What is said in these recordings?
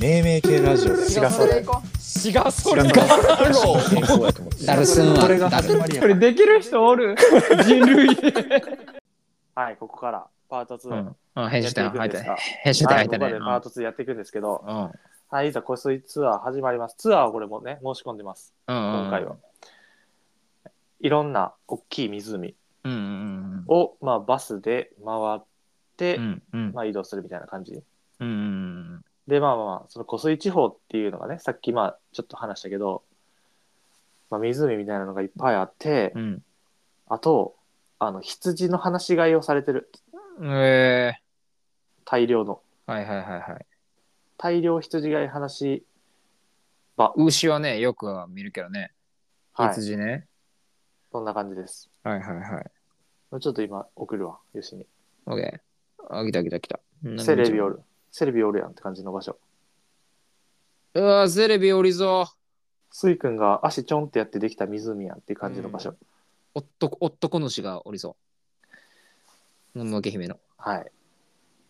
命名系ラジオだよ違うそれ行こ違うそれ違うか健康やと思ってダルスンはこれがダルこれできる人おる人類うはいここからパート2、うんうん編集点入ってないやって編集点は入いっこてこないでうパーんト2やっていくんですけど、うんはいいざこそいツアー始まりますツアーをこれもね申し込んでます今今回は、いろんな大きい湖うんうんを、まあ、バスで回って、うんうんまあ、移動するみたいな感じうんうんでまあまあまあその湖水地方っていうのがねさっきまあちょっと話したけど、まあ、湖みたいなのがいっぱいあって、うんあとあの羊の放し飼いをされてるうんえ大量のーはいはいはいはい大量羊飼い放し場、牛はねよくは見るけどねはい、羊ねそんな感じですはいはいはいちょっと今送るわよしにオッケーあ来た来た来たなんかセレビおるセレビおるやんって感じの場所うわセレビおりぞスイくんが足ちょんってやってできた湖やんっていう感じの場所、男男主がおりそうもののけ姫のはい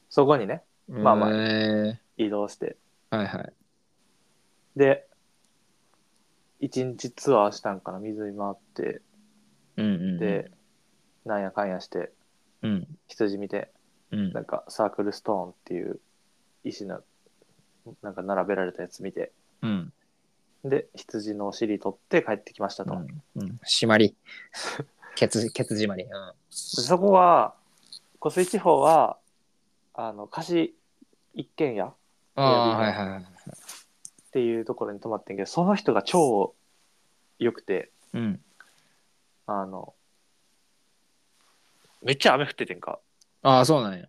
そこにねまあまあえ移動してーはいはいで一日ツアーしたんかな湖回ってうんうんで、なんやかんやしてうん羊見てうんなんかサークルストーンっていう石のなんか並べられたやつ見てうんで羊のお尻取って帰ってきましたと、うんでうん締ま りケツケツ締まりうんそこは湖水地方はあの貸し一軒家っああはいはいはいていうところに泊まってんけどその人が超良くてうんあのめっちゃ雨降っててんかああそうなんや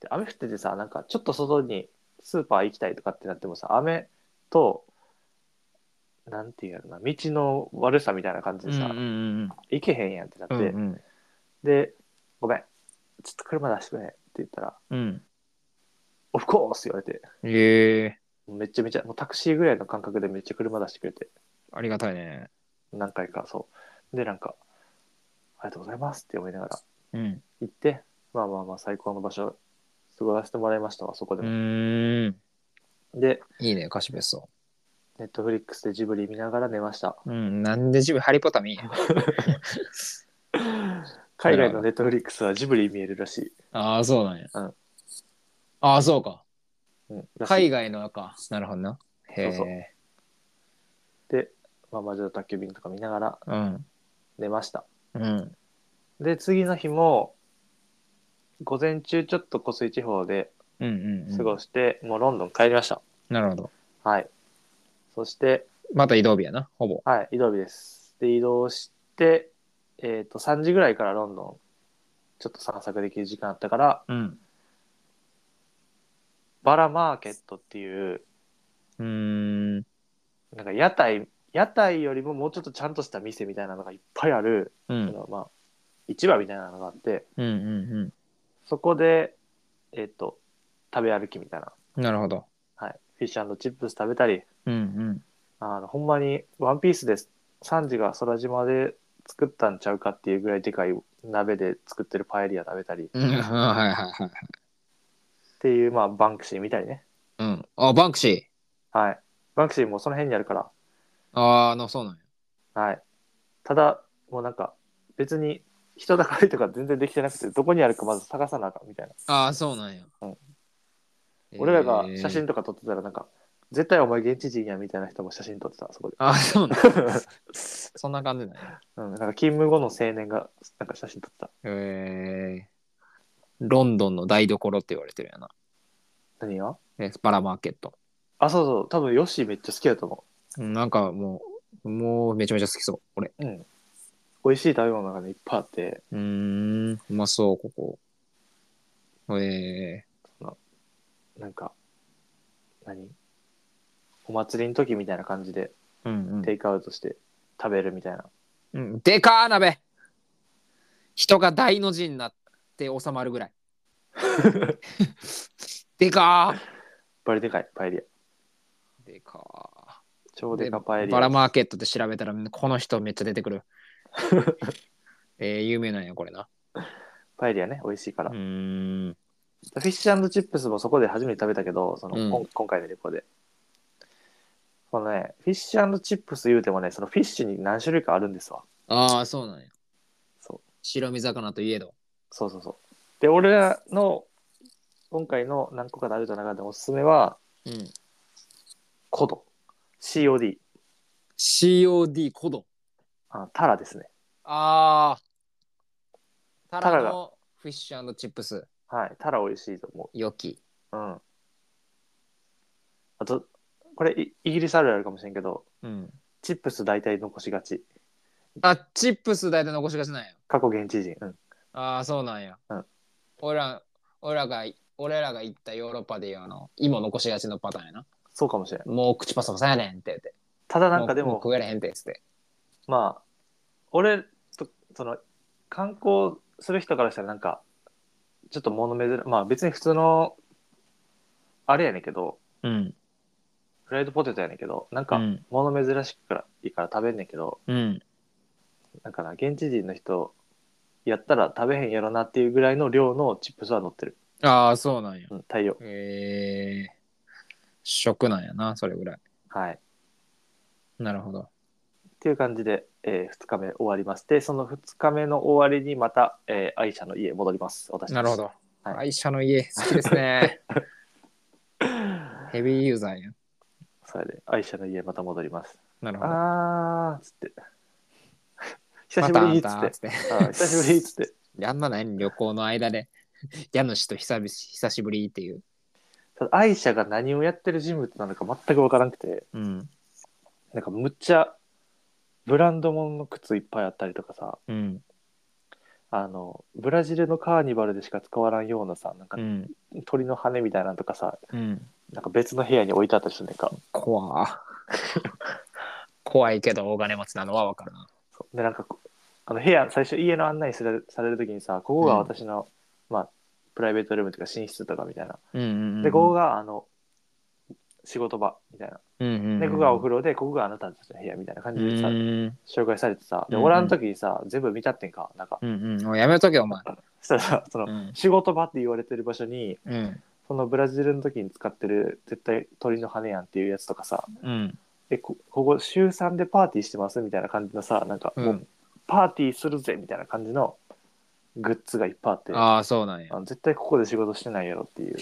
で雨降っててさなんかちょっと外にスーパー行きたいとかってなってもさ雨となんていうやろな道の悪さみたいな感じうんでうんうさ、ん行けへんやんってなって、うんうんで「ごめんちょっと車出してくれ」って言ったらうん「オフコース!」言われてええめちゃめちゃもうタクシーぐらいの感覚でめっちゃ車出してくれてありがたいね何回かそうでなんか「ありがとうございます」って思いながらうん行ってまあまあまあ最高の場所過ごさせてもらいましたわそこうでも、ーんでいいね貸し別荘ネットフリックスでジブリ見ながら寝ましたうんなんで自分ハリポタ見えへん海外のネットフリックスはジブリ見えるらしい。 ああそうなんや、うんああそうかうん、海外のかなるほどなへえそうそうで、まあ、魔女の宅急便とか見ながらうん寝ました。うんで、次の日も、午前中ちょっと湖水地方でうんうんうん過ごして、もうロンドン帰りました。なるほどはい。そして、また移動日やなほぼはい、移動日です。で、移動して、えっ、と、3時ぐらいからロンドン、ちょっと散策できる時間あったから、うんバラマーケットっていう、うーんなんか屋台、屋台よりももうちょっとちゃんとした店みたいなのがいっぱいある、うんうんまあ、市場みたいなのがあって、うんうそこで、えっと、食べ歩きみたいな、んなるほどはい、フィッシュチップス食べたりうんあのほんまに「ワンピースですサンジが空島で作ったんちゃうかっていうぐらいでかい鍋で作ってるパエリア食べたりっうんうんはいはいはいていう、まあ、バンクシー見たりね、うんあバンクシはい、バンクシーもその辺にあるから、ーああのそうなんやはい、ただもうなんか別に人だかりとか全然できてなくてどこにあるかまず探さなあかんみたいな、ああそうなんや、うんえー俺らが写真とか撮ってたらなんか絶対お前現地人やみたいな人も写真撮ってたそこ でああそうなんやそんな感じ なんやうん、なんか勤務後の青年がなんか写真撮ってた。えー、ロンドンの台所って言われてるやな何がえバラマーケットあ、そうそう、多分ヨッシーめっちゃ好きだと思うんなんかもう、もうめちゃめちゃ好きそう、俺。う。うん。美味しい食べ物がね、いっぱいあって、うーん、うまそう、ここ。えなんか、何お祭りの時みたいな感じで、ー、うんテイクアウトして食べるみたいな。うん。うん、でかー鍋人が大の字になって収まる ぐらい。でかバリでかい、パエリア。ーでか超ーでかパエリア。バラマーケットで調べたら、この人めっちゃ出てく る。えー、有名なんや、これな。パエリアね、美味しいかうら。ーん。フィッシュチップスもそこで初めて食べたけど、その、うんこん今回の旅行で。このね、フィッシュチップス言うてもね、そのフィッシュに何種類かあるんですわ。ああ、そうなんや。そう白身魚といえど。そうそうそう。で、俺らの今回の何個か食べた中でおすすめは、うん。コド。COD。 COD コド。あタラですね。ああ。タタララがのフィッシュチップス。はい。タラ美味しいと思良き。う。うん。あと、これイイギリスあるあるかもしれんけど、うん。チップス大体残しがち。あ、チップス大体残しがちなんや。過去現地人。うん。ああ、そうなんや。うん俺ら、俺らが、俺らが行ったヨーロッパでいうあの、芋残しがちのパターンやな。そうかもしれん。もう口パサパサやねんって言って。ただなんかでうも、食えれへんって言って。まあ、俺と、その、観光する人からしたらなんか、ちょっと物珍、まあ別に普通の、あれやねんけど、うん。フライドポテトやねんけど、なんうか、ん。物珍しくからいいから食べんねんけど、うん。なんかな、現地人の人やったら食べへんやろなっていうぐらいの量のチップスは乗ってる。ああ、そうなんや。うん、大量。ええー。食なんやな、それぐらい。はい。っなるほど。ていう感じで、え2日目終わります。で、その2日目の終わりにまた、えー愛車の家戻ります。私たちなるほ。ど。はい愛車の家、好きです ね。ヘビーユーザーや。それで、愛車の家また戻ります。なるほど。あーっつって。 久しぶりっつまったあんたてっ。つって。あ久しぶりっつって。であんまないね旅行の間で。家主と久々久しぶりっていう。ただ愛車が何をやってる人物なのか全く分からなくて。うん。なんかむっちゃブランド物の靴いっぱいあったりとかさうん。あのブラジルのカーニバルでしか使わないようなさなんかうん。鳥の羽みたいなのとかさ、うん。なんか別の部屋に置いてあったりするねんか怖 ー怖いけど大金持ちなのはわかるな。そうでなんかこあの部屋最初家の案内されされる時にさここが私の、まあプライベートルームとか寝室とかみたいなうんうん、でここがあの仕事場みたいなうんうんうん、でここがお風呂でここがあなたたちの部屋みたいな感じでさ、うん紹介されてさでうんおらん時にさ全部見たってんかなんかうんうん。おいやめとけお前。そしたらその、うん。仕事場って言われてる場所にうん。そのブラジルの時に使ってる絶対鳥の羽やんっていうやつとかさうん。えこここ週3でパーティーしてますみたいな感じのさなんかうんもうパーティーするぜみたいな感じのグッズがいっぱいあって、ああ、そうなんや。あ絶対ここで仕事してないやろっていう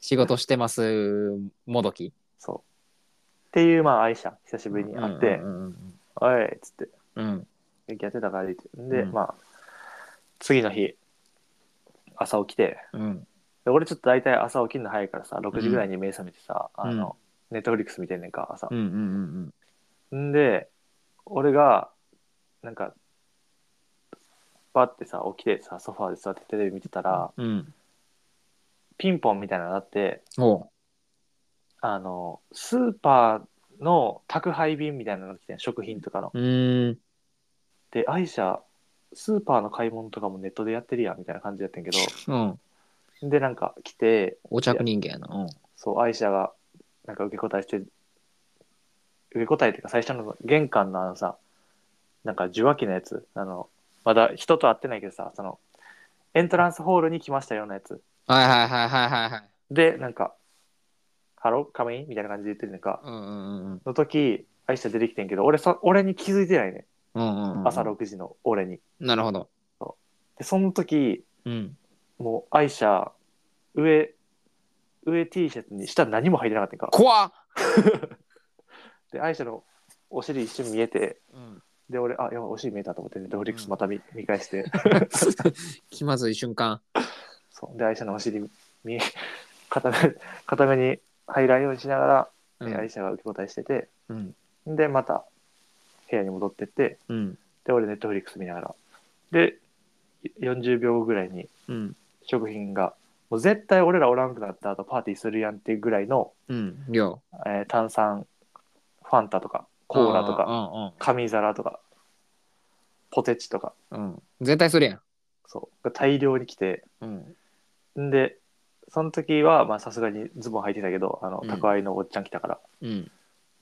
仕事してます、もどき。そうっていうまあ愛車久しぶりに会ってうんうん「おい」っつってうんうん。元気やってたから歩いてで、うんまあ次の日朝起きてうんうん。で俺ちょっと大体朝起きるの早いからさ6時ぐらいに目覚めてさ、んあのネットフリックス見てんねんか朝うんう、んうんん、で俺がなんかバッてさ起きてさソファーで座ってテレビ見てたら、うん。うん。ピンポンみたいなのがあっておう。あのスーパーの宅配便みたいなのが来てん食品とかのうーん。で愛車スーパーの買い物とかもネットでやってるやんみたいな感じやってんけどうん。でなんか来てお着人間やな。うん。そう愛車がなんか受け答えして受け答えっていうか最初の玄関のあのさなんか受話器のやつあのまだ人と会ってないけどさそのエントランスホールに来ましたようなやつはいはいはいはいはいはい。でなんか「ハローカミン?」みたいな感じで言ってるのかうんうんうんの時愛車出てきてんけど俺さ俺に気づいてないねうんうんうん。朝。6時の俺になるほど。でその時うん。もう愛車上上 T シャツに下何も履いてなかったんか怖っで愛車のお尻一瞬見えてうん。 で、俺、あ、やばい、お尻見えたと思って、ネットフリックスまた見,、見返して、 気まずい瞬間。そう。で、愛車のお尻見、 片目、片目に入らんようにしながら、うでん愛車が受け答えしてて、うん。で、また部屋に戻ってって、うん。で、俺、ネットフリックス見ながら。で、40秒後ぐらいにうん。食品が、もう絶対俺らおらんくなった後パーティーするやんっていうぐらいの、うん。量。えー炭酸、ファンタとか、コーラとか、か。紙皿とか、ポテチとか、うんうん。うん。絶対それやん。そう、が大量に来て、うん。んでその時はまあさすがにズボン履いてたけどあのうん宅配のおっちゃん来たから、うん。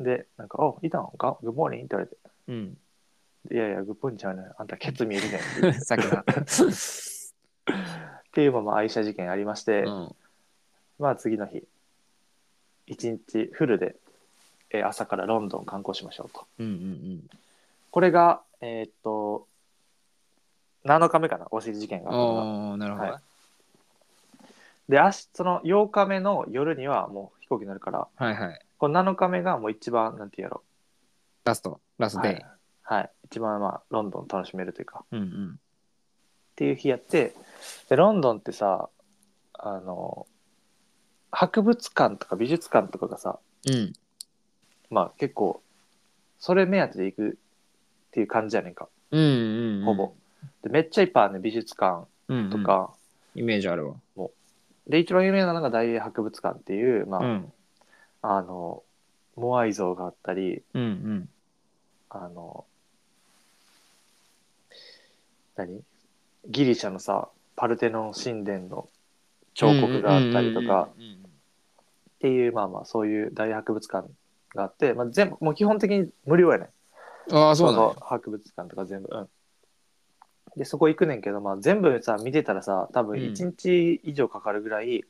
でなんか「おいたんかグッモーニング」って言われてうん。 「いやいやグッモーニングちゃうねんあんたケツ見えるねん」さっきの。っていうのも愛車事件ありまして、 うん。まあ次の日、一日フルで、えー朝からロンドン観光しましょうと。うんうんこれが、えーっと、7日目かな、お尻事件うがん。あったのが。おー、なるほど。はいで、明日、その8日目の夜にはもう飛行機乗るから、はいはい。この7日目がもう一番、なんていうやろラスト、ラストはデイ。い、はい、一番まあロンドン楽しめるというか、うんうん。っていう日やって、で、ロンドンってさ、あの、博物館とか美術館とかがさ、うん。まあ結構、それ目当てで行くっていう感じやねんか、うんうんうん。ほぼ。。で、めっちゃいっぱいあるね、美術館うん、と。か、イメージあるわ。で、一番有名なのが大英博物館っていう、まうあ、ん。あの、モアイ像があったり、うんうん。あの、何ギリシャのさ、パルテノン神殿の彫刻があったりとか、うんうんっていう、まあまあ、そういう大博物館があって、まあ、全部、もう基本的に無料やねん。うんうん。ああ、そうなんこの博物館とか全部。うん。で、そこ行くねんけど、まあ、全部さ、見てたらさ、多分うん1日以上かかるぐらい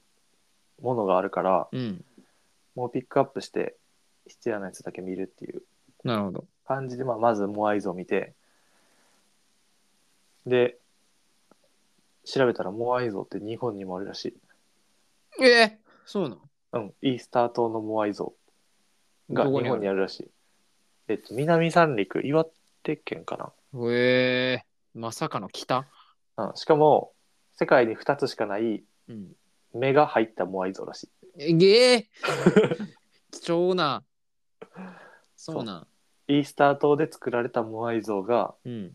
ものがあるから、だうん。もうピックアップして、必要なやつだけ見るっていうなるほど。感じで、まあ、まずモアイ像見て、で、調べたらモアイ像って日本にもあるらしい。ええそうなのうん、イースター島のモアイ像がどこ日にあ本るにあるらしい。えっと、南三陸、岩手県かへえまさかの北な。うん、しかも、世界に2つしかないうん。目が入ったモアイ像らしい。えげえ貴重な。そうなん。イースター島で作られたモアイ像が、うん。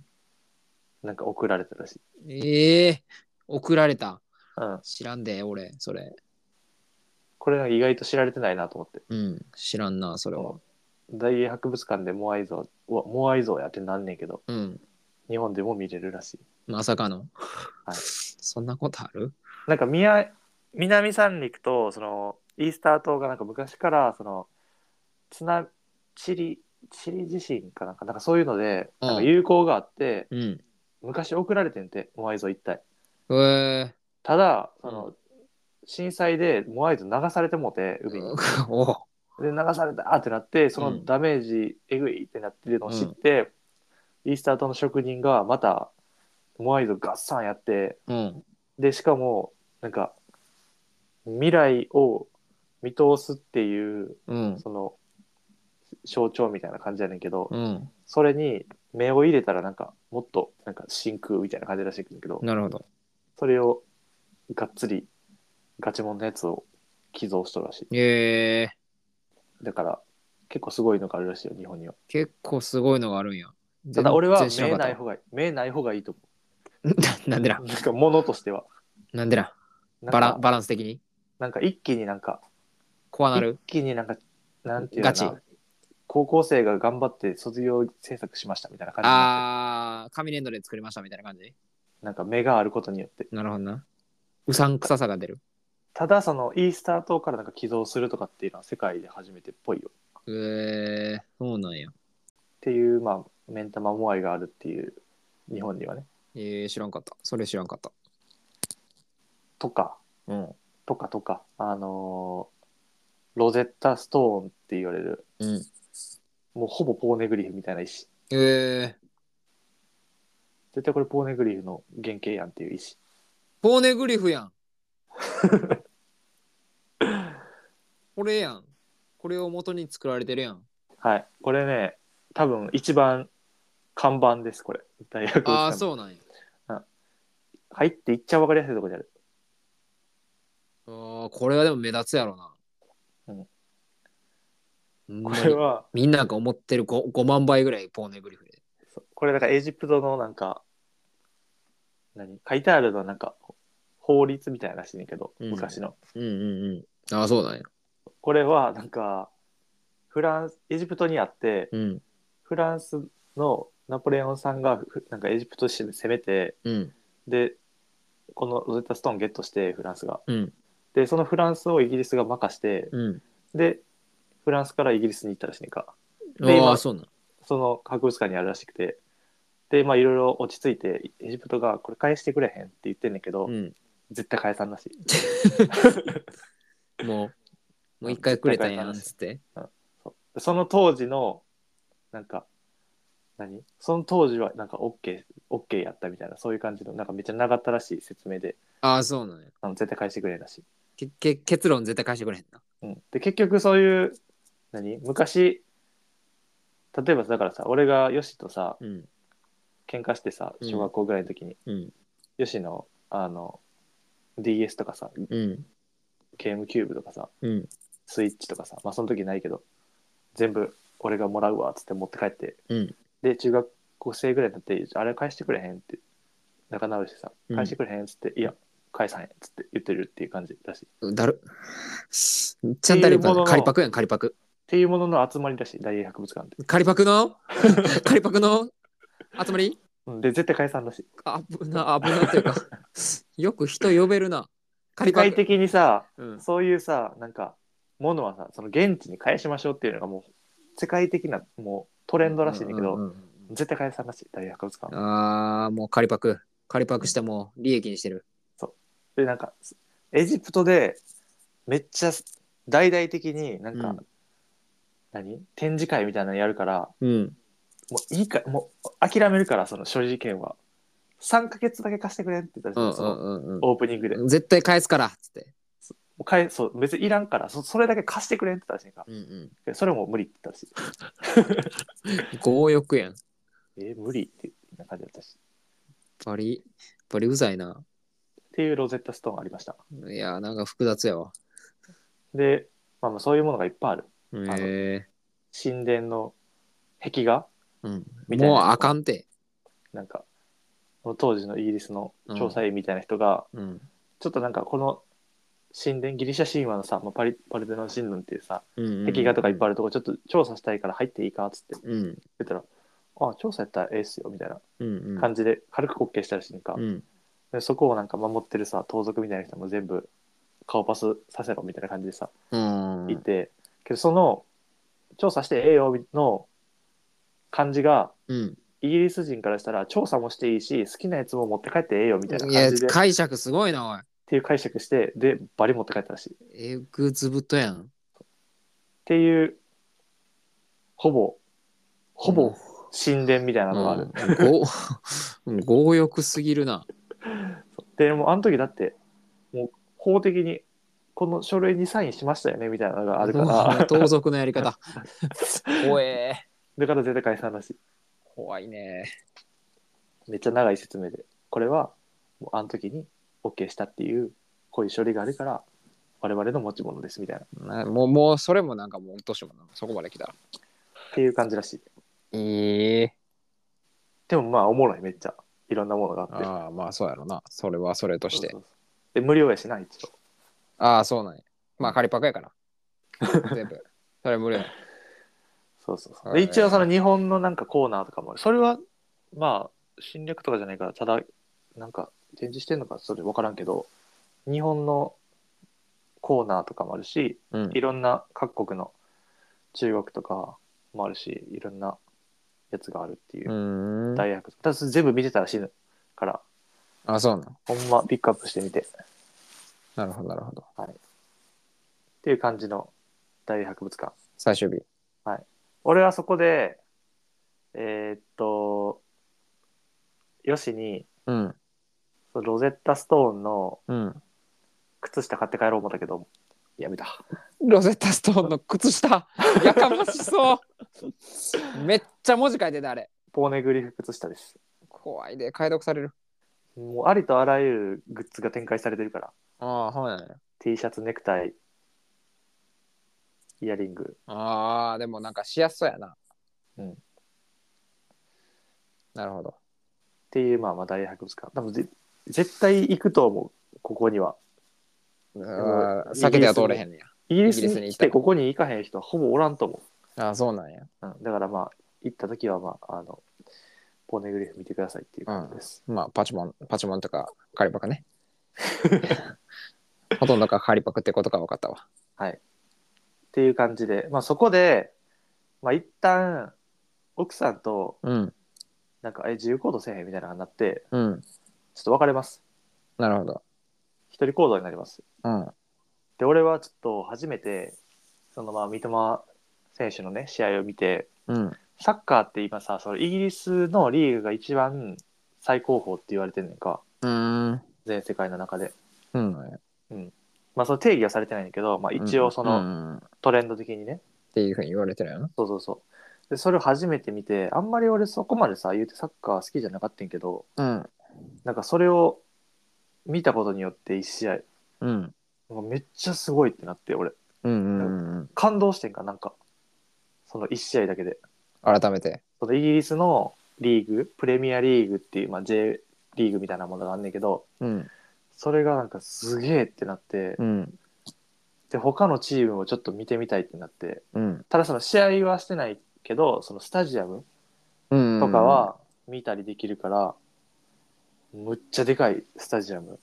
なんか送られたらしい。ええ送られた。うん、知らんで、俺、それ。これなんか意外と知られてないなと思って。うん。知らんな、それは。大英博物館でモアイ像、うわモアイ像やってなんねんけど、うん。日本でも見れるらしい。まさかの。はいそんなことあるなんか宮南三陸とそのイースター島がなんか昔からそのつなチリチリ地震かなんかなんかそういうのでうんなんか友好があって、うん。昔送られてんてモアイ像一体ええただその、震災でモアイ像流されてもうて海に、おうで流されたってなってそうのんダメージえぐいってなってるのを知って、イースター島の職人がまたモアイ像ガッサンやってうん。でしかもなんか未来を見通すっていううん。その象徴みたいな感じやねんけど、うん。それに目を入れたらなんかもっとなんか真空みたいな感じらしいんだけど、なるほど。それをがっつりガチモンのやつを寄贈しとるらしいええだから結構すごいのがあるらしいよ日本には結構すごいのがあるんや。ただ俺は全然知ら目んかないった方がいい目ない方がいいと思ななんでなうなんか物としてはなんでななんバラかンバランス的になんか一気になんか怖なる一気になんか、なんていうのかなガチ高校生が頑張って卒業制作しましたみたいな感じになっあてー紙粘土で作りましたみたいな感じなんか目があることによって。なるほどな。うさんくささが出る。ただ、その、イースター島からなんか寄贈するとかっていうのは世界で初めてっぽいよ。っえー、そうなんや。ていう、まあ、メンタマモアイがあるっていう、日本にはね。えー、知らんかった。それ知らんかった。とか、うん。とかとか、あのーロゼッタストーンって言われる、うん。もうほぼポーネグリフみたいな石。えー、絶対これポーネグリフの原型やんっていう石。ポーネグリフや ん。これやん。これを元に作られてるやん。はい。これね、多分一番看板です、これ。大学物ああ、館のそうなんや。入っていっちゃ分かりやすいところにある。あーこれはでも目立つやろな。うん。これは、みんなが思ってる 5, 5万倍ぐらいポーネグリフで。そうこれだからエジプトのなんか、何書いてあるのはなんか、法律みたいならしいねんけど、うん昔の。うんうんうん。ああ、そうなんや。これはなんか、フランス、エジプトにあって、うん。フランスのナポレオンさんがふなんかエジプトし攻めて、うん。で、このロゼッタストーンゲットして、フランスが。うん。で、そのフランスをイギリスが任して、うん。で、フランスからイギリスに行ったらしいねんか。であ今あ、そうなん。その博物館にあるらしくてでまあいろいろ落ち着いてエジプトがこれ返してくれへんって言ってんねんけど、うん。絶対解散だし。もう、もう一回くれたんやん、つって。そうその当時の、なんか、何その当時は、なんか OK、OK やったみたいな、そういう感じの、なんかめっちゃ長ったらしい説明で、ああ、そうなんや。あの絶対返してくれだし。けけ結論絶対返してくれへんな。うん、で、結局そういう、何昔、例えばだからさ、俺がヨシとさ、うん。喧嘩してさ、うん小学校ぐらいの時に、うん。ヨシの、あの、DS とかさ、うん。ゲームキューブとかさ、うん。スイッチとかさ、まあその時ないけど、全部俺がもらうわっつって持って帰って、うん。で、中学校生ぐらいになって、あれ返してくれへんって、仲直りしてさ、うん返してくれへんっつって、いや、返さへんっつって言ってるっていう感じらしい。っだる。ちゃんだりっていうものの仮パクやん、仮パク。ていうものの集まりらしい、大英博物館で。仮パクの仮パクの集まりうんで、絶対解散らしい。あ危な、危なというか、よく人呼べるな。仮世パ界ク。的にさ、うん、そういうさ、なんか、ものはさ、その現地に返しましょうっていうのがもう、世界的なもうトレンドらしいんだけど、ううん絶対解散らしい、大英博物うん館。あー、もう仮パク。仮パクしてもう利益にしてる。で、なんか、エジプトで、めっちゃ大々的になんか、うん何展示会みたいなのやるから、うん。もういいか、もう諦めるから、その所持権は。3ヶ月だけ貸してくれって言ったうんらうしいそのんうんオープニングで。もうん。絶対返すからっつって。うかえそう別にいらんからそ、それだけ貸してくれって言ったらしいかうんうん。ら。それも無理って言ったらしい。強欲やん。えー無理ってな感じだったし。バリ、バリうざいな。っていうロゼッタストーンありました。いやー、なんか複雑やわ。で、まあ、まあそういうものがいっぱいある。へ神殿の壁画えー。うみん。たいなもうあかんて。なんか、その当時のイギリスの調査員みたいな人が、うん。ちょっとなんかこの神殿、ギリシャ神話のさ、まあ、パリパルテノン神殿っていうさ、壁壁画とかいっいぱいああるとこちょっと調査したいから入っていいかっつってる。うん。言ったら、ああ、調査やったらええっすよみたいなうんうん。感じで軽く OK したらしいんか、うん。でそこをなんか守ってるさ、盗賊みたいな人も全部顔パスさせろみたいな感じでさ、うん。いて、けどその調査してええよの感じが、うん。イギリス人からしたら調査もしていいし、好きなやつも持って帰ってええよみたいないや感じで、っ解釈すごいなおいていう解釈して、で、バリ持って帰ったらしい。っえぐずぶとやんていう、ほぼ、うほんぼ神殿みたいなのがある。うんご強欲すぎるなでもうあの時だってもう法的にこの書類にサインしましたよねみたいなのがあるかもうら盗賊のやり方怖えだから絶対解散だし怖いねめっちゃ長い説明でこれはもうあの時に OK したっていうこういう書類があるから我々の持ち物ですみたいなっなもうもうそれもなんかもう落としもなそこまで来たらていう感じらしいええでもまあおもろいめっちゃいろんなものがあってああまあそうやろなそれはそれとしてそうそうそうで無料やしな一応ああそうなんやまあ仮パクやから全部それ無理やそうそうそうはいで一応その日本のなんかコーナーとかもあるそれはまあ侵略とかじゃないからただなんか展示してんのかそれ分からんけど日本のコーナーとかもあるしうんいろんな各国の中国とかもあるしいろんなやつがあるっていううん大学ただそれ全部見てたら死ぬからあそうなんほんまピックアップしてみてっなるほどなるほどていう感じの大博物館最終日俺はそこでえーっとよしにうんそのロゼッタストーンのうん靴下買って帰ろう思ったけど、やめた。ロゼッタストーンの靴 下やかましそうめっちゃ文字書いてたあれポーネグリフ靴下です。怖いで解読されるもうありとあらゆるグッズが展開されてるから、ああそうなんや T シャツ、ネクタイ、イヤリング。あーでもなんかしやすそうやなうんなるほどっていう、まあまあ大博物館。多分ぜ絶対行くと思う、ここには。あー避けては通れへんねイギリスイギリスにに行っ来たてここに行かへん人はほぼおらんと思やあーそうなんやう。うん、だからまあ、行った時はまあ、あの、ポーネグリフ見てくださいっていう感じです。まあパチモンパチモンとかカリパクね ほとんどがカリパクってことが分かったわっていう感じで、まあそこで、まあ一旦、奥さんとうんなんか、え、自由行動せえへんみたいなのになって、うんちょっと別れます。なるほど一人行動になります。うん。で、俺はちょっと初めて、そのまあ、三笘選手のね、試合を見て、うん。サッカーって今さ、そのイギリスのリーグが一番最高峰って言われてんねんか、うん。全世界の中で。うん。まあ、その定義はされてないんだけど、まあ、一応そのの、トレンド的にね、っていうふうに言われてるよな。そうそうそう。で、それを初めて見て、あんまり俺そこまでさ、言うてサッカー好きじゃなかったんけど、うん。なんかそれを見たことによって一試合、うん。もうめっちゃすごいってなって、俺、うんうんうん。感動してんか、なんか、その一試合だけで。改めて。そのイギリスのリーグ、プレミアリーグっていう、まあ、J リーグみたいなものがあんねんけど、うん。それがなんかすげえってなってう、ん。で、他のチームをちょっと見てみたいってなって、うん。ただその試合はしてないけど、そのスタジアムうん。とか、は見たりできるから、むっちゃでかいスタジアム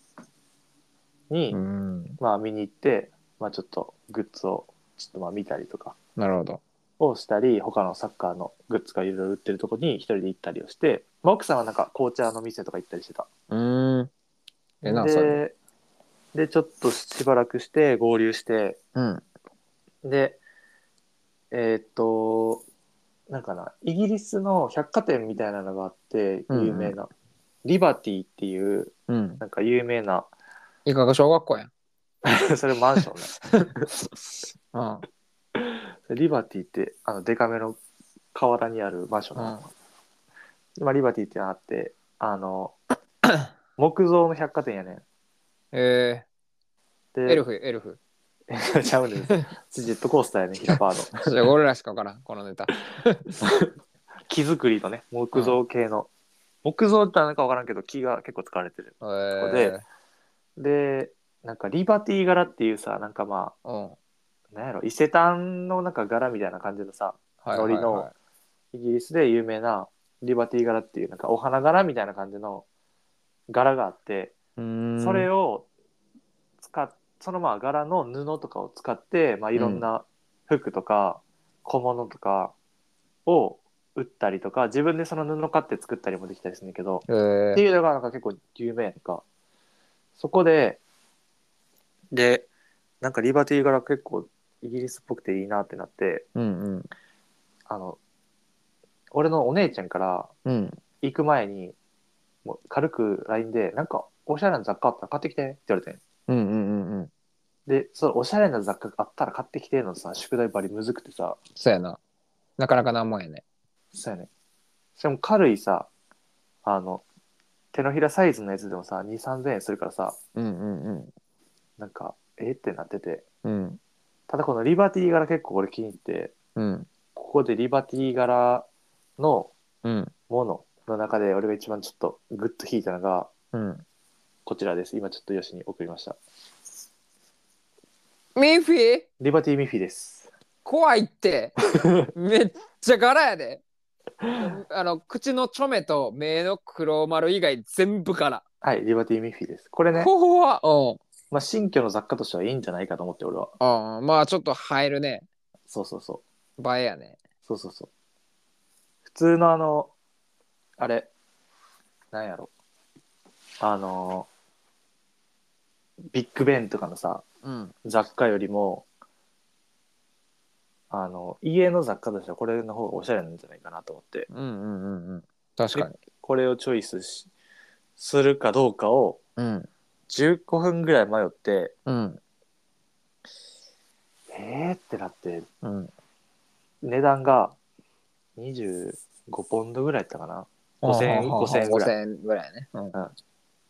に、うん。まあ見に行って、まあちょっとグッズをちょっとまあ見たりとかなるほど。をしたり、他のサッカーのグッズがいろいろ売ってるとこに一人で行ったりをして、まあ奥さんはなんか紅茶の店とか行ったりしてた。うん。え、な、それ。で、で、ちょっとしばらくして合流して、うん。で、えーっと、なんかな、イギリスの百貨店みたいなのがあって、有名な、リバティっていう、うん。なんか有名な、 いかが小学校やん。それマンションね。うん。リバティって、あの、デカめの河原にあるマンションなの、まあ、リバティってのがあって、あの、木造の百貨店やねん。えー、で、エルフ、エルフ。 ちゃうねん。ジェットコースターやねん、平パー の。じゃあ俺らしかわからん、このネタ。木造りのね、木造系の。木造ってなんかわからんけど、木が結構使われてる。えこーで、で、なんかリバティ柄っていうさ、なんかまうん。はあ、なんやろ、伊勢丹のなんか柄みたいな感じのさ、いはい、はい。ノリのイギリスで有名なリバティ柄っていう、なんかお花柄みたいな感じの柄があって、それを、を使っそのまあ柄の布とかを使って、まあ、いろんな服とか小物とかを売ったりとか自分でその布買って作ったりもできたりするんだけど、えっー、ていうのがなんか結構有名やんかそこででなんかリバティ柄結構イギリスっぽくていいなってなってうんうん。あの俺のお姉ちゃんからうん。行く前にもう軽く LINE で「なんかおしゃれな雑貨あったら買ってきて」って言われてんうんうんうんうん。で、そのおしゃれな雑貨あったら買ってきてのさ、宿題ばりむずくてさ、そうやな。なかなか難問やね。そうやね。しかも軽いさ、あの、手のひらサイズのやつでもさ、2、3000円するからさ、うんうんなんか、えってなってて。うん。うんただこのリバティ柄結構俺気に入って、うんここでリバティ柄のうんものの中で俺が一番ちょっとグッと引いたのが、うん。こちらです。今ちょっとヨシに送りました。ミッフィーリバティミッフィです。怖いって めっちゃ柄やで。あの口のちょめと目の黒丸以外全部柄。はい、リバティミッフィです。これね、怖っ。うん。まあ、新居の雑貨としてはいいんじゃないかと思って俺は。ああまあちょっと入るね。そうそうそう。映えやね。そうそうそう。普通のあの、あれ、なんやろ。あの、ビッグベンとかのさ、うん。雑貨よりも、あの、家の雑貨としてはこれの方がおしゃれなんじゃないかなと思って、うんうんうんうん。確かに。これをチョイスし、するかどうかをうん。 15分ぐらい迷って、うん。えーってなって、うん。値段が25ポンドぐらいやったかな。5000円5000円ぐらい5000円ぐらいね。うん。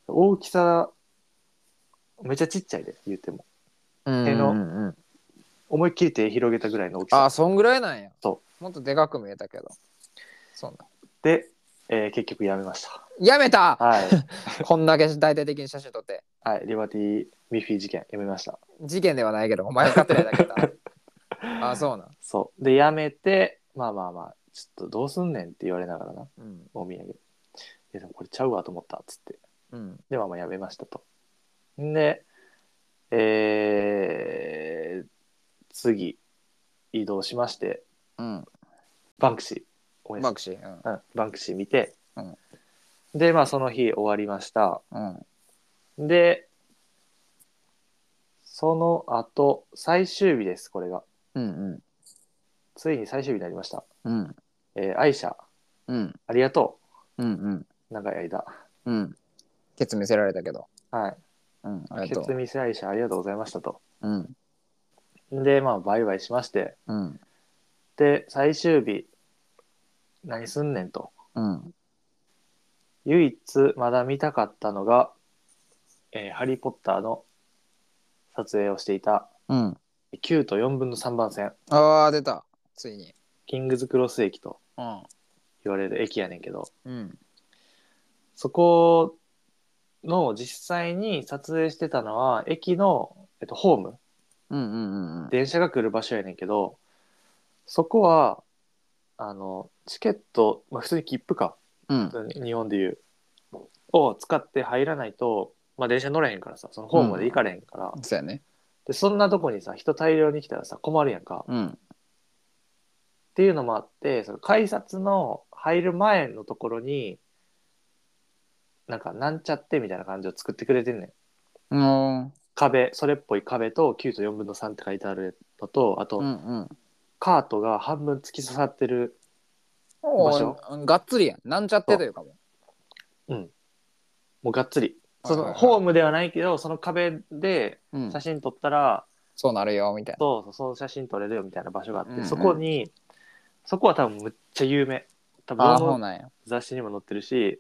大きさ、めっちゃちっちゃいで、言っても。うん手のうんうん、思いっきり手広げたぐらいの大きあさあ、そんぐらいなんや。そもっとでかく見えたけど。そうなんで、えー結局やめましたやめた はい、こんだけ大体的に写真撮って。はい、リバティミッフィー事件やめました事件ではないけど、お前が勝ってないだ けだ。あ、そうなん。そうでやめてまあまあまあちょっとどうすんねんって言われながらなうん。お土産いやでもこれちゃうわと思ったっつってうん。でまあまあやめましたとんでえー、次移動しましてうん。バンクシー応援しバクシー。うんバンクシー見て、うんでまあその日終わりましたうん。うん。で、その後、最終日です、これが。うんついに最終日になりました。うんうんえー愛車、うんありがとうんうんう。長い間。うんケツ見せられたけど。はい。うんありケがとツう見せ愛車、ありがとうございましたと。うんで、まあ、バイバイしまして、うんで、最終日、何すんねんと。うん唯一、まだ見たかったのが、えーハリー・ポッターの撮影をしていたうん9と4分の3番線、ああ出たついにキングズ・クロス駅とうん言われる駅やねんけど、うんそこの実際に撮影してたのは駅の、えっと、ホームうんうんうんうん電車が来る場所やねんけどそこはあのチケット、まあ、普通に切符かうん日本でいうを使って入らないと、まあ、電車乗れへんからさそのホームまで行かれへんから、そうやねでそんなとこにさ人大量に来たらさ困るやんかっうんていうのもあってその改札の入る前のところになんかなんちゃってみたいな感じを作ってくれてんねん。うん壁それっぽい壁と9と4分の3って書いてあるのとあと、うんうんカートが半分突き刺さってるお場所ーがっつりやん。なんちゃってというかも。もうがっつりそはいのはいはいホームではないけどその壁でうん写真撮ったら、そうなるよ、みたいな。そうそうその写真撮れるよみたいな場所があって、うんうんそこにそこは多分むっちゃ有名多分ああ、どそうのなんや。雑誌にも載ってるし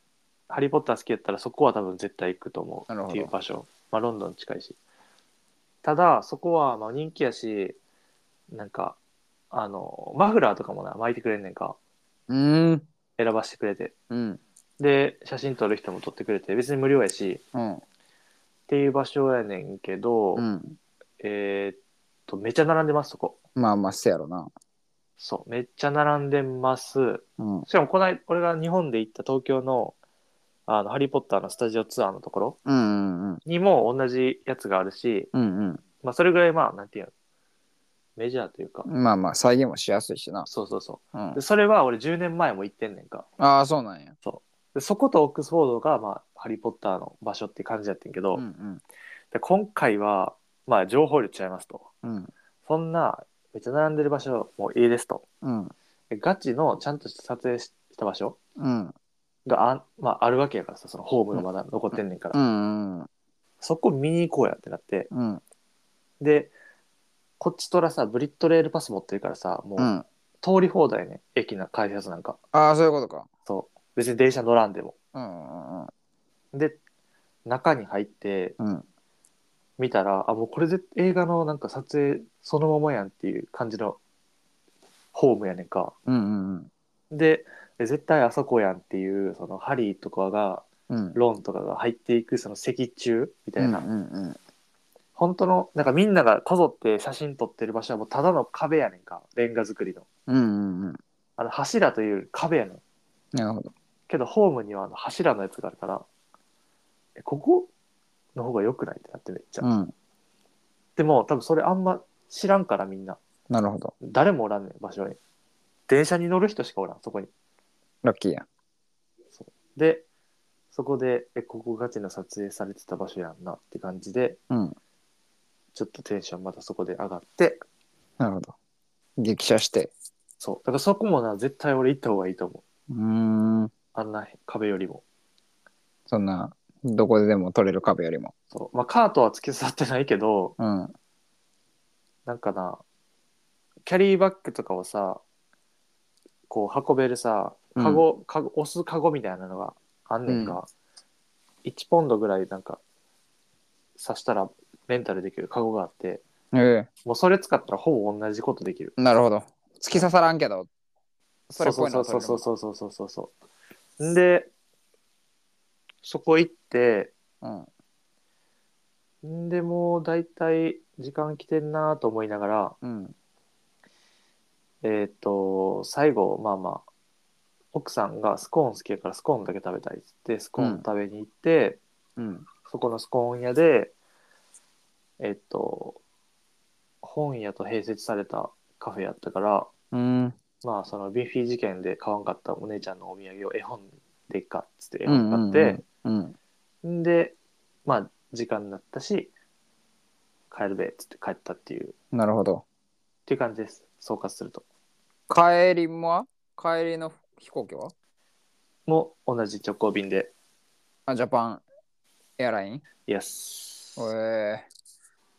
「ハリー・ポッター」好きやったらそこは多分絶対行くと思なるうっほていうど場所、まあ、ロンドン近いしただそこはまあ人気やしなんかあのマフラーとかもな巻いてくれんねんかうん選ばしてくれてうんで写真撮る人も撮ってくれて別に無料やしうんっていう場所やねんけど、うんえーっとめっちゃ並んでますそこまあまあせやろなそうめっちゃ並んでますうんしかもこない俺が日本で行った東京の「あのハリー・ポッター」のスタジオツアーのところうんうんにも同じやつがあるし、うんまあ、それぐらいまあなんていうのメジャーというか、うんまあまあ再現もしやすいしなそうそうそううんでそれは俺10年前も行ってんねんかああそうなんやでそことオックスフォードが、まあ「ハリー・ポッター」の場所って感じやってんけど、うんうんで今回はまあ情報量違いますとうんそんなめっちゃ並んでる場所もいいですとうんでガチのちゃんとした撮影した場所うんがあ,、まあ、あるわけやからさそのホームがまだ残ってんねんから、うんうんそこ見に行こうやってなってうんでこっちとらさブリッドレールパス持ってるからさもううん通り放題ね、駅の改札なんかああそういうことかそう別に電車乗らんでもうんうんで中に入ってうん見たらあもうこれで映画のなんか撮影そのままやんっていう感じのホームやねんかうんうんでえ絶対あそこやんっていうそのハリーとかがうんロンとかが入っていくその石柱みたいな、うんうんうん本当のなんかみんながこぞって写真撮ってる場所はもうただの壁やねんかレンガ作りのうんうんうんあの柱というより壁やねんなるほどけどホームにはあの柱のやつがあるからえここの方が良くないってなってめっちゃ、うんでも多分それあんま知らんからみんななるほど誰もおらんねん場所に電車に乗る人しかおらんそこにラッキーやでそこでえここガチの撮影されてた場所やんなって感じでうんちょっとテンションまたそこで上がってなるほど激写してそうだからそこもな絶対俺行った方がいいと思ううーんあんな壁よりもそんなどこででも撮れる壁よりもそうまあカートは突き刺さってないけどうんなんかなキャリーバッグとかをさこう運べるさカゴ,、カゴ押すカゴみたいなのがあんねんか、1ポンドぐらいなんか刺したらレンタルできるカゴがあってえもうそれ使ったらほぼ同じことできるえなるほど突き刺さらんけどそれっぽいのそは撮れうそうるそうそうそうそうそうそうでそこ行ってうんんでもう大体時間来てんなと思いながらうんえっ、と最後まあまあ奥さんがスコーン好きやからスコーンだけ食べたいっつってスコーン食べに行って、うんそこのスコーン屋でえっ、と本屋と併設されたカフェやったからうんまあそのビーフィー事件で買わんかったお姉ちゃんのお土産を絵本でっかっつって絵本買って、うんんでまあ時間になったし帰るべっつって帰ったっていうっなるほど。ていう感じです総括すると帰りも帰りの飛行機はもう同じ直行便であ、ジャパンエアラインイエスえー、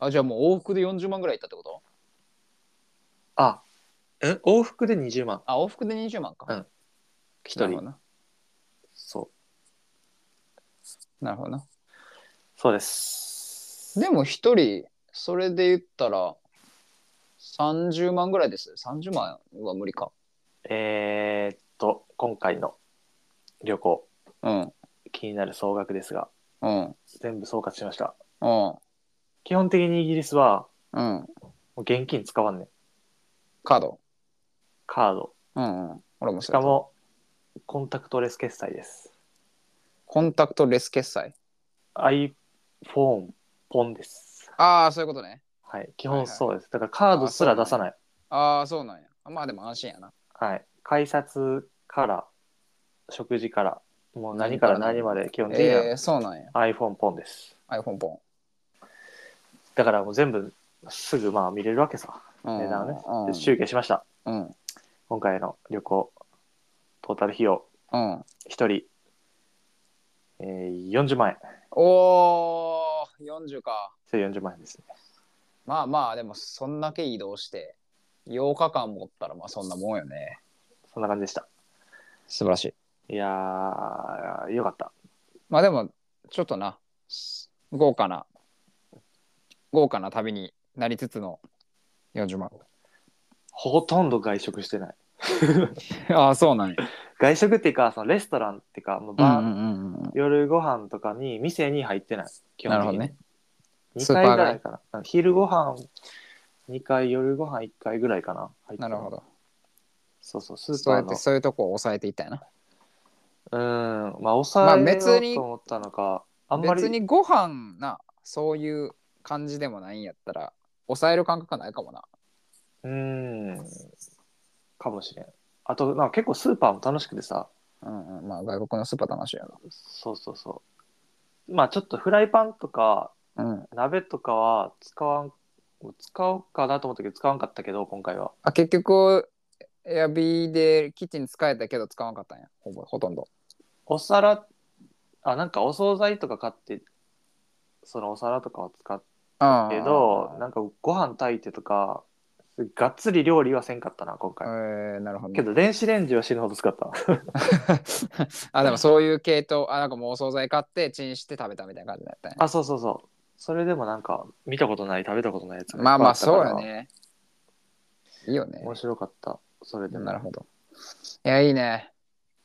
あ、じゃあもう往復で40万ぐらいいったってことあえ往復で20万あ、往復で20万か。うんな一るほど人な。そうなるほどな。そうですでも一人、それで言ったら、30万ぐらいです。30万は無理か。えー、っと今回の旅行うん、気になる総額ですがうん、全部総括しましたうん、基本的にイギリスはうん。もう現金使わんねんカード。カードうん、うん。俺もししかもコンタクトレス決済ですコンタクトレス決済。 iPhone ポンですああ、そういうことね。はい基本そうです、だからカードすら出さないああ、そうなんや。まあでも安心やな。はい改札から食事からもう何から何まで基本的にえはー、そうなんや。 iPhone ポンです、 iPhone ポだからもう全部すぐまあ見れるわけさン。うん値段をね、うんで集計しましたうん。今回の旅行トータル費用うん。 1人、えー、40万円おー、40か。それ40万円ですねまあまあ、でもそんだけ移動して、8日間持ったらまあそんなもんよね。そんな感じでした素晴らしい。いやーよかったまあでも、ちょっとな、豪華な、豪華な旅になりつつの40万。ほとんど外食してないああ、そうなんや。外食っていうかそのレストランっていうか、まあうバーんうんうんうん。夜ご飯とかに店に入ってない基な本るほ的どに、ね。 2スー回パーぐぐらいらいかな昼ご飯2回夜ご飯1回ぐらいかな入ってなたるほど。そうそうスーそうパやーって、のそういうとこを抑えていったんやな。うんまあ抑まあえ別よにうと思ったのか、あ、んまり別にご飯なそういう感じでもないんやったら抑える感覚はないかもなうんかもしれんあとなんか結構スーパーも楽しくてさうん、うん、まあ外国のスーパー楽しいやそうそうそうまあちょっとフライパンとかなうん鍋とかは使わん使おうかなと思ったけど使わんかったけど今回はあ結局エアビーでキッチン使えたけど使わなかったんやほぼほとんどお皿あなんかお惣菜とか買ってそのお皿とかは使っあたけどなんかご飯炊いてとかがっつり料理はせんかったな今え回、ー、なるほどね、けど電子レンジは死ぬほど使ったあでもそういう系統あなんかもうお惣菜買ってチンして食べたみたいな感じだったんやあそうそうそうそれでもなんか見たことない食べたことないやつがいっぱいまあまあったかそうらよねいいよね面白かったそれでもなるほどいやいいね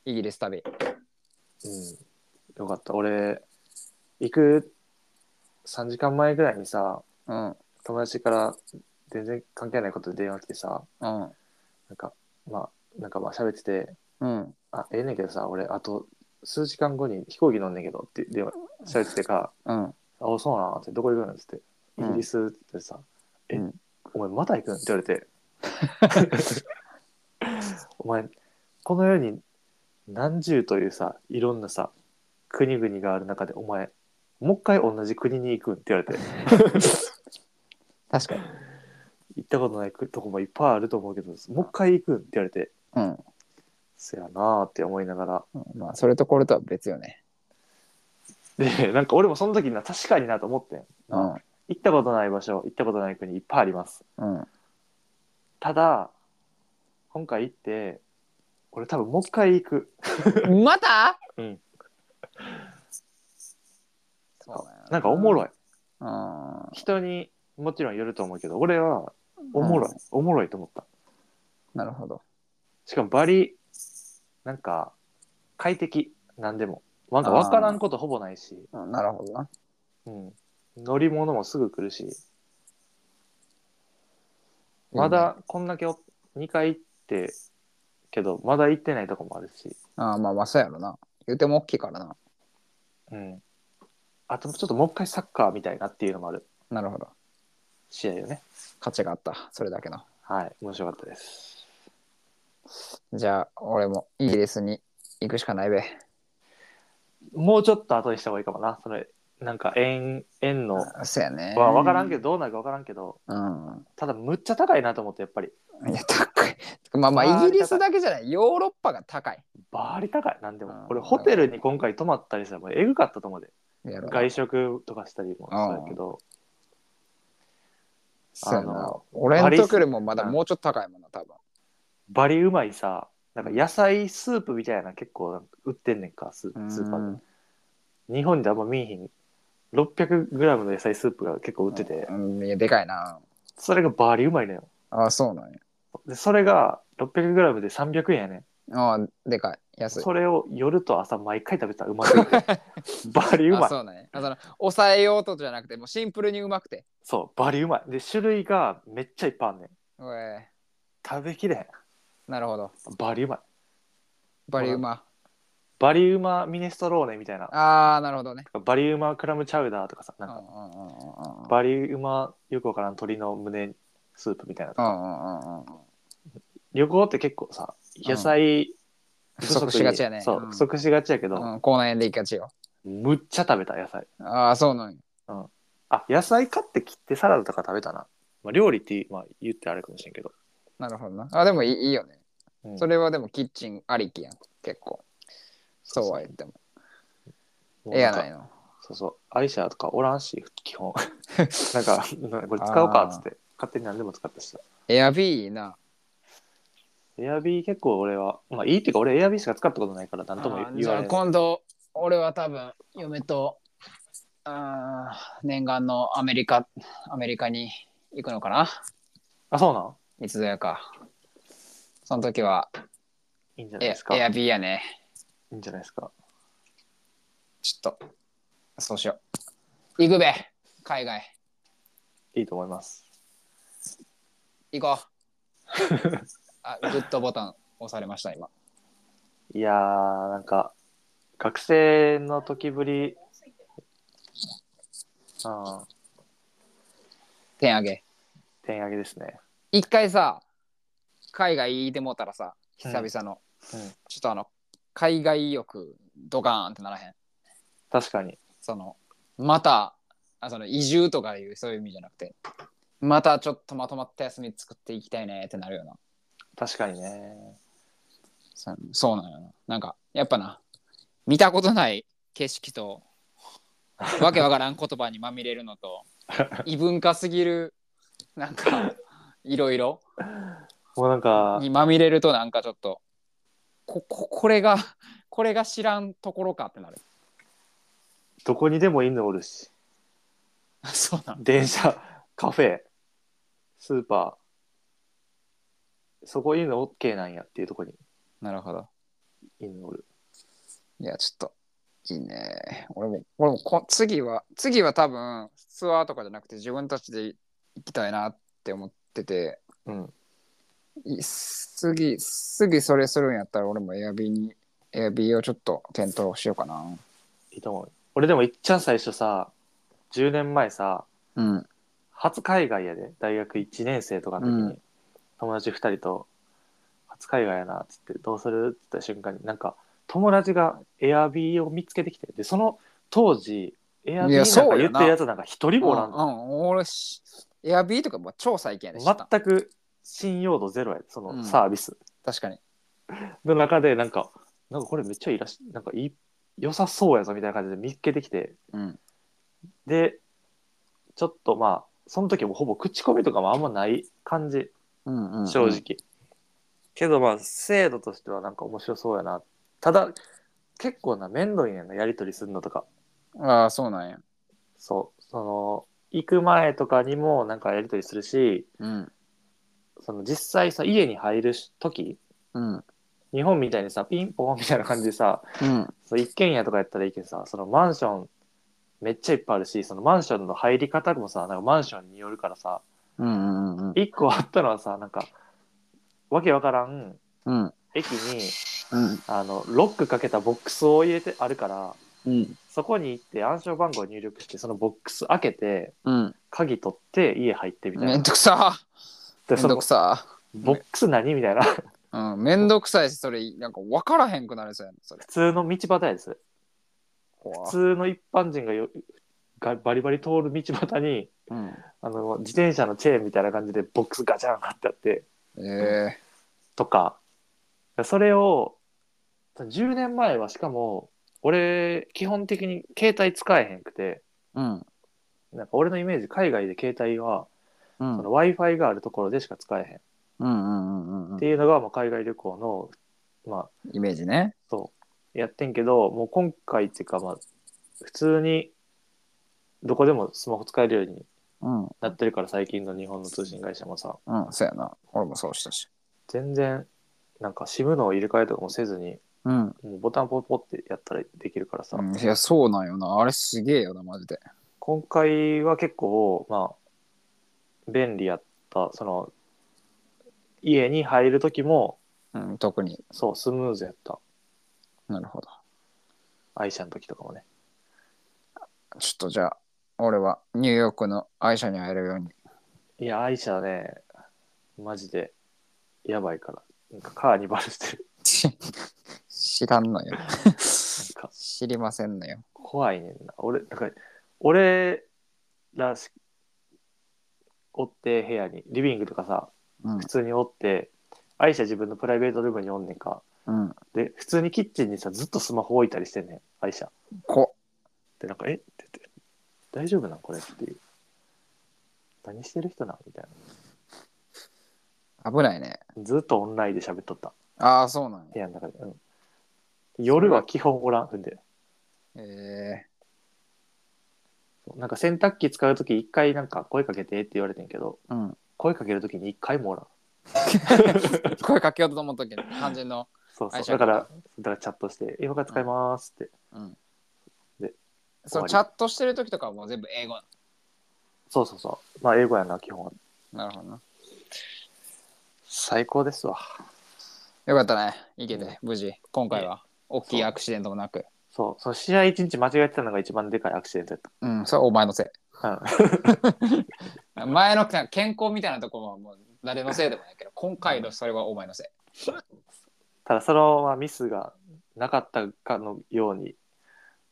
イギリス旅うん、よかった俺行く3時間前ぐらいにさうんうん友達から全然関係ないことで電話来てさなんかまあなんかまあ喋っててうん「あええねんけどさ俺あと数時間後に飛行機乗んねんけど」って電話喋っててかうん「あそうな」って「どこ行くの?」っつって「イギリス」ってさ「うんえお前また行くん?」って言われて 「お前この世に何十というさいろんなさ国々がある中でお前もう一回同じ国に行くん?」って言われて確かに行ったことないくとこもいっぱいあると思うけどもう一回行くんって言われてうんそやなーって思いながらうんまあそれとこれとは別よね。でなんか俺もその時な確かになと思ってんうん行ったことない場所行ったことない国いっぱいありますうんただ今回行って俺多分もう一回行く またうんそうだよなんかおもろいうん人にもちろんよると思うけど俺はおもろい、うんおもろいと思ったなるほど。しかもバリなんか快適なんでもなんか分からんことほぼないし、うんなるほどな。うん、乗り物もすぐ来るしまだこんだけ2回行ってけどまだ行ってないとこもあるし、うん。ああまあまあそうやろな。言うても大きいからな。うん、あとちょっともう一回サッカーみたいなっていうのもあるなるほど。試合よね価値があった。それだけの。はい面白かったですじゃあ俺もイギリスに行くしかないべ。もうちょっと後にした方がいいかもなそれなんか円円の、そうやね。わ分からんけどどうなるか分からんけどど。うん。ただむっちゃ高いなと思ってやっぱりいや、高い。まあままあ、あイギリスだけじゃない。ヨーロッパが高い。バリ高いなんでうもん俺ホテルに今回泊まったりしたらもうえぐかったと思うでやろ外食とかしたりもそうやけどそうやなあの俺のとこよりもまだもうちょっと高いもんな、多分。バリうまいさなんか野菜スープみたいな結構売ってんねんかススーパーで日本であんま見えひん 600g の野菜スープが結構売っててうん、うんいや、でかいな。それがバリうまいのよああ、そうなんや。でそれが 600g で300円やねんああ、でかい。安い。それを夜と朝毎回食べてた らうまくてバリうまあいそうそうなんや。あその抑えようとじゃなくて、もうシンプルにうまくて。バリうまいで種類がめっちゃいっぱいあんねんおえ食べきれへんなるほど。バリうまいバリウマ。バリうまミネストローネみたいなああ、なるほどね。バリうまクラムチャウダーとかさなんうんうんかうんうんうんバリうまよくわからん鶏の胸スープみたいなうとかんうんうんうんうん。旅行って結構さ野菜不足しがちやね。そううん不足しがちやけど、うん、口内炎でいきがちよ。むっちゃ食べた野菜ああ、そうなんや。あ野菜買って切ってサラダとか食べたな、まあ、料理って、まあ、言ってあれかもしれんけど、なるほどな。あ、でもいいいいよね。うんそれはでもキッチンありきやん。結構。そうは言っても。もうええなやんかないの。そうそう、アイシャーとかおらんし、基 本。なんか、なんかこれ使おうかっつって、勝手に何でも使ったしさ。エアビーいいな。エアビー結構俺は、まあいいっていうか、俺エアビーしか使ったことないから、なんともあー言じゃわれあない。今度、俺は多分、嫁と、あー念願のアメリカ、アメリカに行くのかな。あ、そうなんいつぞやか。その時は、いいんじゃないエですか。いエアビーやね。いんじゃないですか。ちょっと、そうしよう。行くべ、海外。いいと思います。行こう。 あ、グッドボタン押されました、今。いやー、なんか、学生の時ぶり、うん、点上げ。点上げですね。一回さ、海外行いてもうたらさ、久々の、うんうんちょっとあの、海外欲、ドカーンってならへん。確かに。その、また、あその移住とかいう、そういう意味じゃなくて、またちょっとまとまった休み作っていきたいねってなるよな。確かにね。そうそうなんよな。なんか、やっぱな、見たことない景色と、わけわからん言葉にまみれるの と、異文化すぎる、なんか、いろいろもうなんか、にまみれると、なんかちょっと、こ、こ、これが、これが知らんところかってなる。 どこにでも犬おるし、そうなの。電車、カフェ、スーパー、そこいいの OK なんやっていうところになるほど。いいのおる。いや、ちょっと、いいね。俺も、俺もこ、次は、次は多分、ツアーとかじゃなくて、自分たちで行きたいなって思ってて、うん。い次、次それするんやったら俺もエアビーに、エアビーをちょっと検討しようかな。いいと思う。俺でもいっちゃん最初さ、10年前さ、うん。初海外やで、大学1年生とかの時に、うん友達2人と、初海外やなっつって、どうするって言った瞬間に、なんか、友達がエアビーを見つけてきて、で、その当時、エアビーなんか言ってるやつなんか一人もおらんうん、うん俺し、エアビーとかも超最近やでした。全く信用度ゼロやで、そうのんサービス。確かに。の中でなんかなんかこれめっちゃいいらしいなんかいい良さそうやぞみたいな感じで見つけてきてうん。でちょっとまあその時もほぼ口コミとかもあんまない感じうんうん、正直、。けどまあ制度としてはなんか面白そうやなただ結構な面倒いねんなやり取りするのとかああ、そうなんや。そうその行く前とかにもなんかやり取りするしうん。その実際さ家に入る時うん。日本みたいにさピンポンみたいな感じでさうん。そう一軒家とかやったらいいけどさそのマンションめっちゃいっぱいあるしそのマンションの入り方もさなんかマンションによるからさうん。うん。一個あったのはさなんかわけわからんうん。駅にうん。あのロックかけたボックスを入れてあるからうん。そこに行って暗証番号を入力してそのボックス開けてうん。鍵取って家入ってみたいめなんどくさ。でめんそどのくさ。ボックス何みたいな 普うん。めんどくさいし、それ、なんか分からへんくなりそうやん。それ。通の道端やです怖普通の一般人がよがバリバリ通る道端にうん。あの自転車のチェーンみたいな感じでボックスガチャンってあってえとかそれを10年前はしかも俺基本的に携帯使えへんくてえうん。なんか俺のイメージ海外で携帯はうそん。の w i f i があるところでしか使えへんっうんうんうんうんうていうのがまあ海外旅行のまあん。イメージね。そうやってんけどもう今回っていうかまあ普通にどこでもスマホ使えるようにうん。うなってるから最近の日本の通信会社もさん。そうやな。俺もそうしたし。全然なんか SIM の入れ替えとかもせずにうん。もうボタンポッポってやったらできるからさ、うんいや、そうなんよな。あれすげえよな、マジで。今回は結構まあ便利やったその家に入る時もうん、特に。そうスムーズやったなるほど。愛車の時とかもねちょっとじゃあ、俺はニューヨークの愛車に会えるように。 いや愛車ねマジでやばいからなんかカーニバルしてるち知らんのよ。なんか知りませんのよ。怖いねんな俺なんか俺らしおって部屋にリビングとかさうん普。通におって愛車自分のプライベートルームにおんねんかうん。で普通にキッチンにさずっとスマホ置いたりしてんねん愛車こ、でなんか「えっ?」て言って「大丈夫なんこれ」っていう何してる人なんみたい危ないね。なずっとオンラインで喋っとったああ、そうなんや。部屋の中で、うん、夜は基本おらんほんでえそうなんか洗濯機使う時一回なんか声かけてって言われてんけどえうん。声かける時に一回もおらん声かけようと思ったけど、肝心の。そうそう愛だ車からだからチャットして「今から使います」って、うん。で終そわう、りチャットしてる時とかはもう全部英語。そうそうそうまあ英語やな基本はなるほどな。最高ですわよかったね。いけて、無事。今回は。大きいアクシデントもなく。そうその試合一日間違えてたのが一番でかいアクシデントやっうん、それはお前のせい。た、うん前の健康みたいなところはもう誰のせいでもないけど、今回のそれはお前のせい。ただそのまあミスがなかったかのように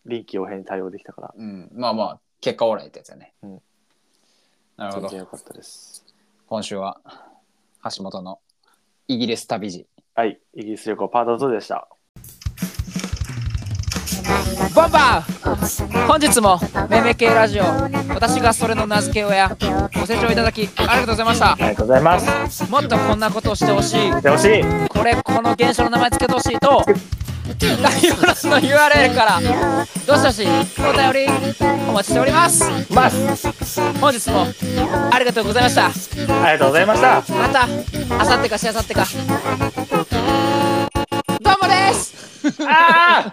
臨機応変に対応できたからうん、まあまあ、結果オーライってやつだね。うんなるほ全ど然。良かったです今週は、橋本のイギリス旅路。はいイギリス旅行パート2でしたバンバー本日もめめ系ラジオ、私がそれの名付け親、ご清聴いただきありがとうございましたあ。りがとうございますもっとこんなことをしてほしい、見てほしいこれ、この現象の名前つけてほしいと、概要欄の URL から、どしどしお便りお待ちしております。ます本日もありがとうございました。ありがとうございましたまたあさってかしあさってかどうもですああ